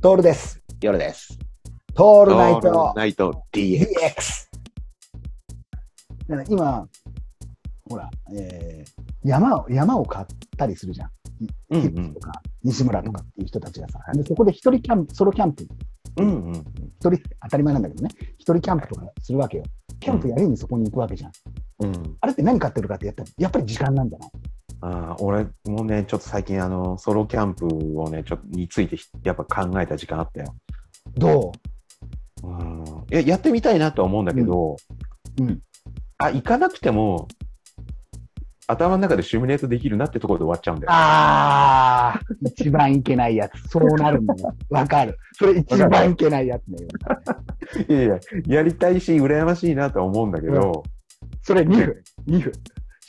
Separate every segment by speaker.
Speaker 1: トールです。
Speaker 2: 夜です。
Speaker 1: ト
Speaker 2: オ
Speaker 1: ールナイト
Speaker 2: ナイト DX。
Speaker 1: DX。だから今、ほら、えー、山を、山を買ったりするじゃん。
Speaker 2: うん
Speaker 1: ヒップとか、西村とかっていう人たちがさ、でそこで一人キャンプ、ソロキャンプ、
Speaker 2: うん。うんうん。
Speaker 1: 一人、当たり前なんだけどね、一人キャンプとかするわけよ。キャンプやりにそこに行くわけじゃん。
Speaker 2: うん。
Speaker 1: あれって何買ってるかってやったら、やっぱり時間なんじゃない
Speaker 2: ああ、俺もね、ちょっと最近あの、ソロキャンプをね、ちょっとについてひやっぱ考えた時間あったよ。
Speaker 1: ど
Speaker 2: うん。や、やってみたいなとは思うんだけど、
Speaker 1: ううん。
Speaker 2: あ、行かなくても、頭の中でシミュレートできるなってところで終わっちゃうんだよ。
Speaker 1: ああ、一番いけないやつ。そうなるんだ よ。わかる。それ一番いけないやつね。
Speaker 2: いやいや、やりたいし、羨ましいなとは思うんだけど、
Speaker 1: それ2分、2分。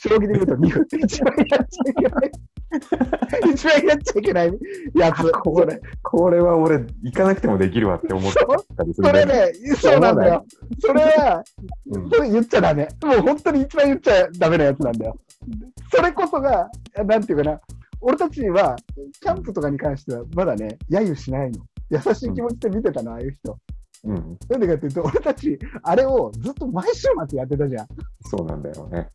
Speaker 1: 将棋で言うと2分。 一番やっちゃいけない。一番やっちゃいけないやつ。これ。
Speaker 2: これは俺、行かなくてもできるわって思ったりする
Speaker 1: そ
Speaker 2: んだ
Speaker 1: れ
Speaker 2: よね。
Speaker 1: ね、そうなんだよ。それは、
Speaker 2: うん
Speaker 1: それ言っちゃダメ。もう本当に一番言っちゃダメなやつなんだよ。それこそが、なんていうかな、俺たちは、キャンプとかに関しては、まだね、揶揄しないの。優しい気持ちで見てたの、ああいう人。
Speaker 2: うん。
Speaker 1: なんでかっていうと、俺たち、あれをずっと毎週末やってたじゃん。
Speaker 2: そうなんだよね。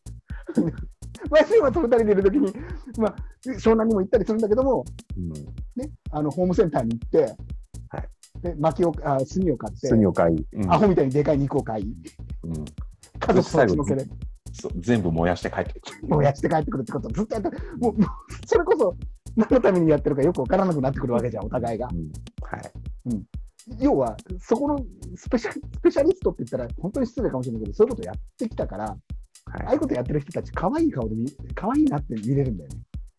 Speaker 1: 毎週末二人でいるときに、まあ、湘南にも行ったりするんだけども、
Speaker 2: うん。
Speaker 1: ね、あの、ホームセンターに行って、
Speaker 2: はい
Speaker 1: で、薪を、あ、炭を買って、
Speaker 2: 炭を買い。うん
Speaker 1: アホみたいにでかい肉を買い、
Speaker 2: うん
Speaker 1: 家族とちのけで、
Speaker 2: そう全部燃やして帰ってくる。
Speaker 1: もうやって帰ってくるってことをずっとやって、もう、もうそれこそ、何のためにやってるかよくわからなくなってくるわけじゃん、お互いが
Speaker 2: う。んはい。
Speaker 1: 要は、そこのスペシャスペシャリストって言ったら、本当に失礼かもしれないけど、そういうことやってきたから、ああ
Speaker 2: はい
Speaker 1: いうことやってる人たち、可愛い顔で見、可愛いなって見れるんだよね。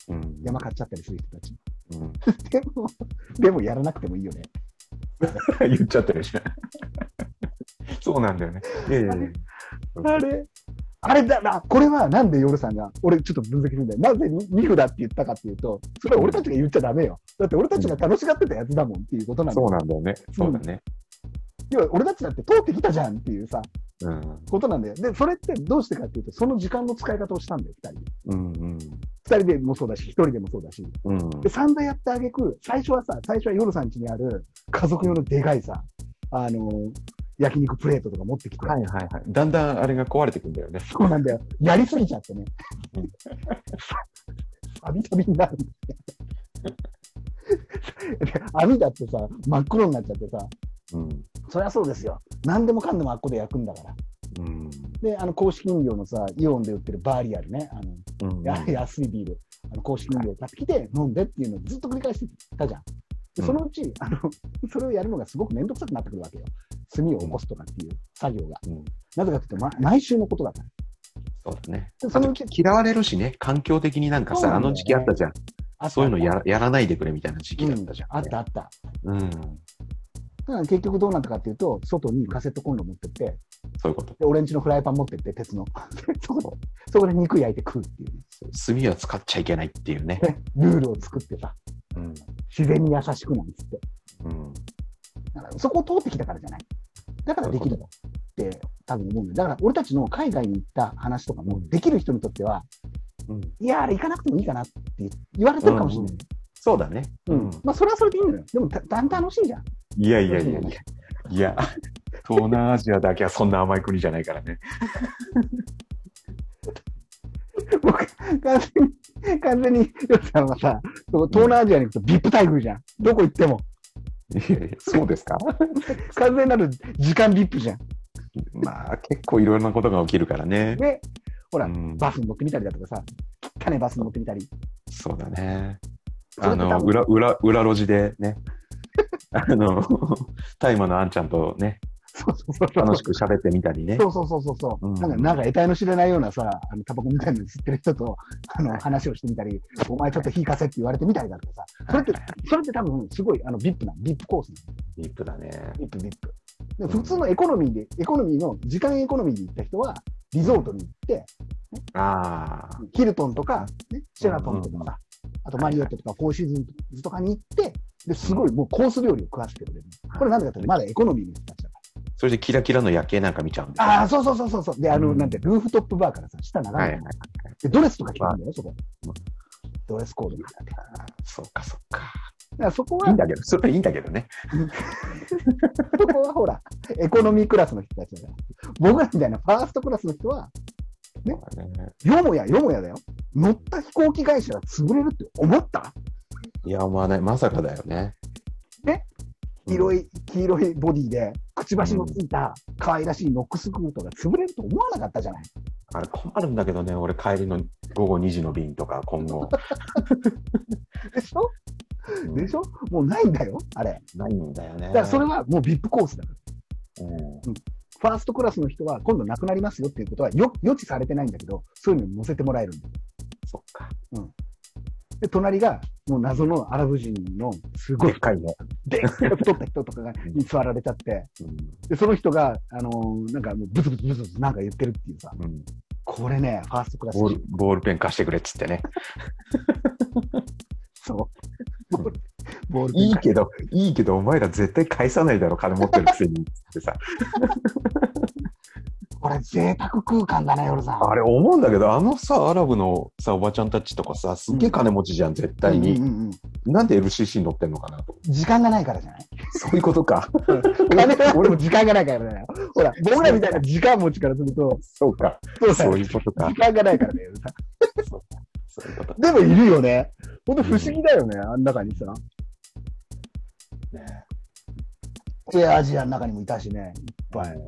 Speaker 2: うん
Speaker 1: 山買っちゃったりする人たち。
Speaker 2: うん
Speaker 1: でも、でもやらなくてもいいよね。
Speaker 2: 言っちゃってるじゃん。そうなんだよね。いやいやいや
Speaker 1: あれあれだな、これはなんで夜さんが、俺ちょっと分析するんだよ。なぜ2札って言ったかっていうと、それは俺たちが言っちゃダメよ。だって俺たちが楽しがってたやつだもんっていうことなんだ
Speaker 2: そ
Speaker 1: よ。
Speaker 2: うなんだよね。そうだね。
Speaker 1: 要は俺たちだって通ってきたじゃんっていうさ、
Speaker 2: うん。
Speaker 1: ことなんだよ。で、それってどうしてかっていうと、その時間の使い方をしたんだよ、二人で。
Speaker 2: うんうん。
Speaker 1: 二人でもそうだし、一人でもそうだし。
Speaker 2: うん。
Speaker 1: で、散々やってあげく、最初はさ、最初は夜さん家にある家族用のでかいさ、あのー焼肉プレートとか持ってきて、
Speaker 2: はいはいはい。だんだんあれが壊れてくんだよね。
Speaker 1: そうなんだよ。やりすぎちゃってね
Speaker 2: うん。
Speaker 1: 網びびになるんだよ。網だってさ、真っ黒になっちゃってさ、
Speaker 2: うん。
Speaker 1: そりゃそうですよ。何でもかんでもあっこで焼くんだから。
Speaker 2: うん。
Speaker 1: で、あの、公式飲料のさ、イオンで売ってるバーリアルね、あの、
Speaker 2: うん
Speaker 1: や安いビール、あの公式飲料買ってきて飲んでっていうのをずっと繰り返してたじゃん。でそのうち、あの、それをやるのがすごく面倒くさくなってくるわけよ。炭を起こすとかっていう作業が。
Speaker 2: うん
Speaker 1: なぜかっていうと、ま、毎週のことだから。
Speaker 2: そうだね。
Speaker 1: でそ
Speaker 2: あ
Speaker 1: の
Speaker 2: と
Speaker 1: うち、
Speaker 2: 嫌われるしね、環境的になんか
Speaker 1: そう
Speaker 2: さ、
Speaker 1: な
Speaker 2: あ
Speaker 1: んだよね
Speaker 2: の時期あったじゃん。
Speaker 1: あ
Speaker 2: そういうのやらやらないでくれみたいな時期だったじゃん。
Speaker 1: あったあった。
Speaker 2: うん。
Speaker 1: だから結局どうなったかっていうと、外にカセットコンロ持ってって、
Speaker 2: そういうこと。
Speaker 1: で俺んちのフライパン持ってって、鉄の。 そこで、そこで肉焼いて食うっていうね、
Speaker 2: 炭は使っちゃいけないっていうね。
Speaker 1: で ルールを作ってさ、
Speaker 2: うん。
Speaker 1: 自然に優しくなんつって。
Speaker 2: うん。
Speaker 1: だからそこを通ってきたからじゃない。だからできるって多分思うんだよ。だから俺たちの海外に行った話とかも、
Speaker 2: うん
Speaker 1: できる人にとっては、
Speaker 2: うん。
Speaker 1: いや、あれ行かなくてもいいかなって言われてるかもしれない。
Speaker 2: そうだね。
Speaker 1: うんまあ、それはそれでいいのよ。でも、ただんだん楽しいじゃん。
Speaker 2: いやいやいやいや。いや、東南アジアだけはそんな甘い国じゃないからね。
Speaker 1: 僕、完全に、完全に、ヨシさんはさ、東南アジアに行くとビップ待遇じゃん。どこ行っても。
Speaker 2: いやいや、そうですか
Speaker 1: 完全なる時間ビップじゃん。
Speaker 2: まあ、結構いろんなことが起きるからね。
Speaker 1: ね。ほら、
Speaker 2: うん
Speaker 1: バスに乗ってみたりだとかさ、汚いバスに乗ってみたり。
Speaker 2: そうだね。
Speaker 1: それっ
Speaker 2: あ
Speaker 1: て多分
Speaker 2: の、裏、裏、裏路地でね。 あの、大麻のあんちゃんとね、
Speaker 1: そうそうそうそう。
Speaker 2: 楽しく喋ってみたりね。
Speaker 1: そうそうそうそうそう、
Speaker 2: うん
Speaker 1: なんか、なんか得体の知れないようなさ、あのタバコみたいなの吸ってる人と、あの、話をしてみたり、お前ちょっと火貸せって言われてみたりだとかさ、それって、それって多分、すごい、あの、ビップな、ビップコースな
Speaker 2: リップだね。
Speaker 1: ビップビップ。で普通のエコノミーで、エコノミーの、時間エコノミーで行った人は、リゾートに行って、
Speaker 2: ああ。
Speaker 1: ヒルトンとか、ね、シェラトンとかさ、あとマリオットとかフォーシーズンズとかに行って、ですごいもうコース料理を食わせてくれる。これなんでかっていうとまだエコノミーの人たちだか
Speaker 2: それでキラキラの夜景なんか見ちゃうんだ
Speaker 1: ら。
Speaker 2: よ
Speaker 1: ああー、そうそうそうそうそう。で、あの、
Speaker 2: うん
Speaker 1: なんて、ルーフトップバーからさ、下長
Speaker 2: はいいは
Speaker 1: で
Speaker 2: い。
Speaker 1: ドレスとか着てるんだよ、そこ
Speaker 2: うん。
Speaker 1: ドレスコードになって。
Speaker 2: あーそうかそうか。
Speaker 1: からそこ
Speaker 2: いい
Speaker 1: は
Speaker 2: ん、だけど、それはいいんだけどね。
Speaker 1: そこはほら、エコノミークラスの人たちだから。僕らみたいなファーストクラスの人は、よもやよもやだよ。乗った飛行機会社が潰れるって思った
Speaker 2: いや、まあね、まさかだよね。
Speaker 1: ね
Speaker 2: うん
Speaker 1: 黄色い、黄色いボディで、くちばしのついた可愛らしいノックスクートが潰れると思わなかったじゃない。
Speaker 2: あれ困るんだけどね、俺帰りの午後2時の便とか今 後。
Speaker 1: でしょでしょもうないんだよ、あれ。
Speaker 2: ないんだよね。
Speaker 1: だからそれはもう VIP コースだか
Speaker 2: うん
Speaker 1: ら。ファーストクラスの人は今度なくなりますよっていうことはよ予知されてないんだけど、そういうのに乗せてもらえるんだよ。
Speaker 2: そっか。
Speaker 1: で、隣がもう謎のアラブ人のすご
Speaker 2: で
Speaker 1: い
Speaker 2: っ かいね。
Speaker 1: でっかい太った人とかがに座られちゃって、
Speaker 2: うん
Speaker 1: で、その人が、あのーなんかもうブツブツブツブツなんか言ってるっていうさ、
Speaker 2: うん
Speaker 1: これね、ファーストクラス
Speaker 2: ボールボールペン貸してくれっつってね。
Speaker 1: そう。ボール、ボールペン
Speaker 2: いいけど、いいけど、お前ら絶対返さないだろ、金持ってるくせに。ってさ。
Speaker 1: これ贅沢空間だね、夜さん。
Speaker 2: あれ思うんだけど、あのさ、アラブのさ、おばちゃんたちとかさ、すっげえ金持ちじゃん、絶対
Speaker 1: うん
Speaker 2: に。
Speaker 1: うんうん
Speaker 2: なんで LCC 乗ってんのかなと。
Speaker 1: 時間がないからじゃない
Speaker 2: そういうことか。
Speaker 1: 金は 俺も時間がないからだよ。ほら、僕らみたいな時間持ちからすると、
Speaker 2: そうか。
Speaker 1: そうだ
Speaker 2: そ
Speaker 1: よ
Speaker 2: ういうことか
Speaker 1: 時。間がないからだよ、夜さん。
Speaker 2: そういうこ と
Speaker 1: でもいるよね。ほんと不思議だよね、あん中にさ。
Speaker 2: ね。
Speaker 1: エアアジアの中にもいたしね、いっぱい。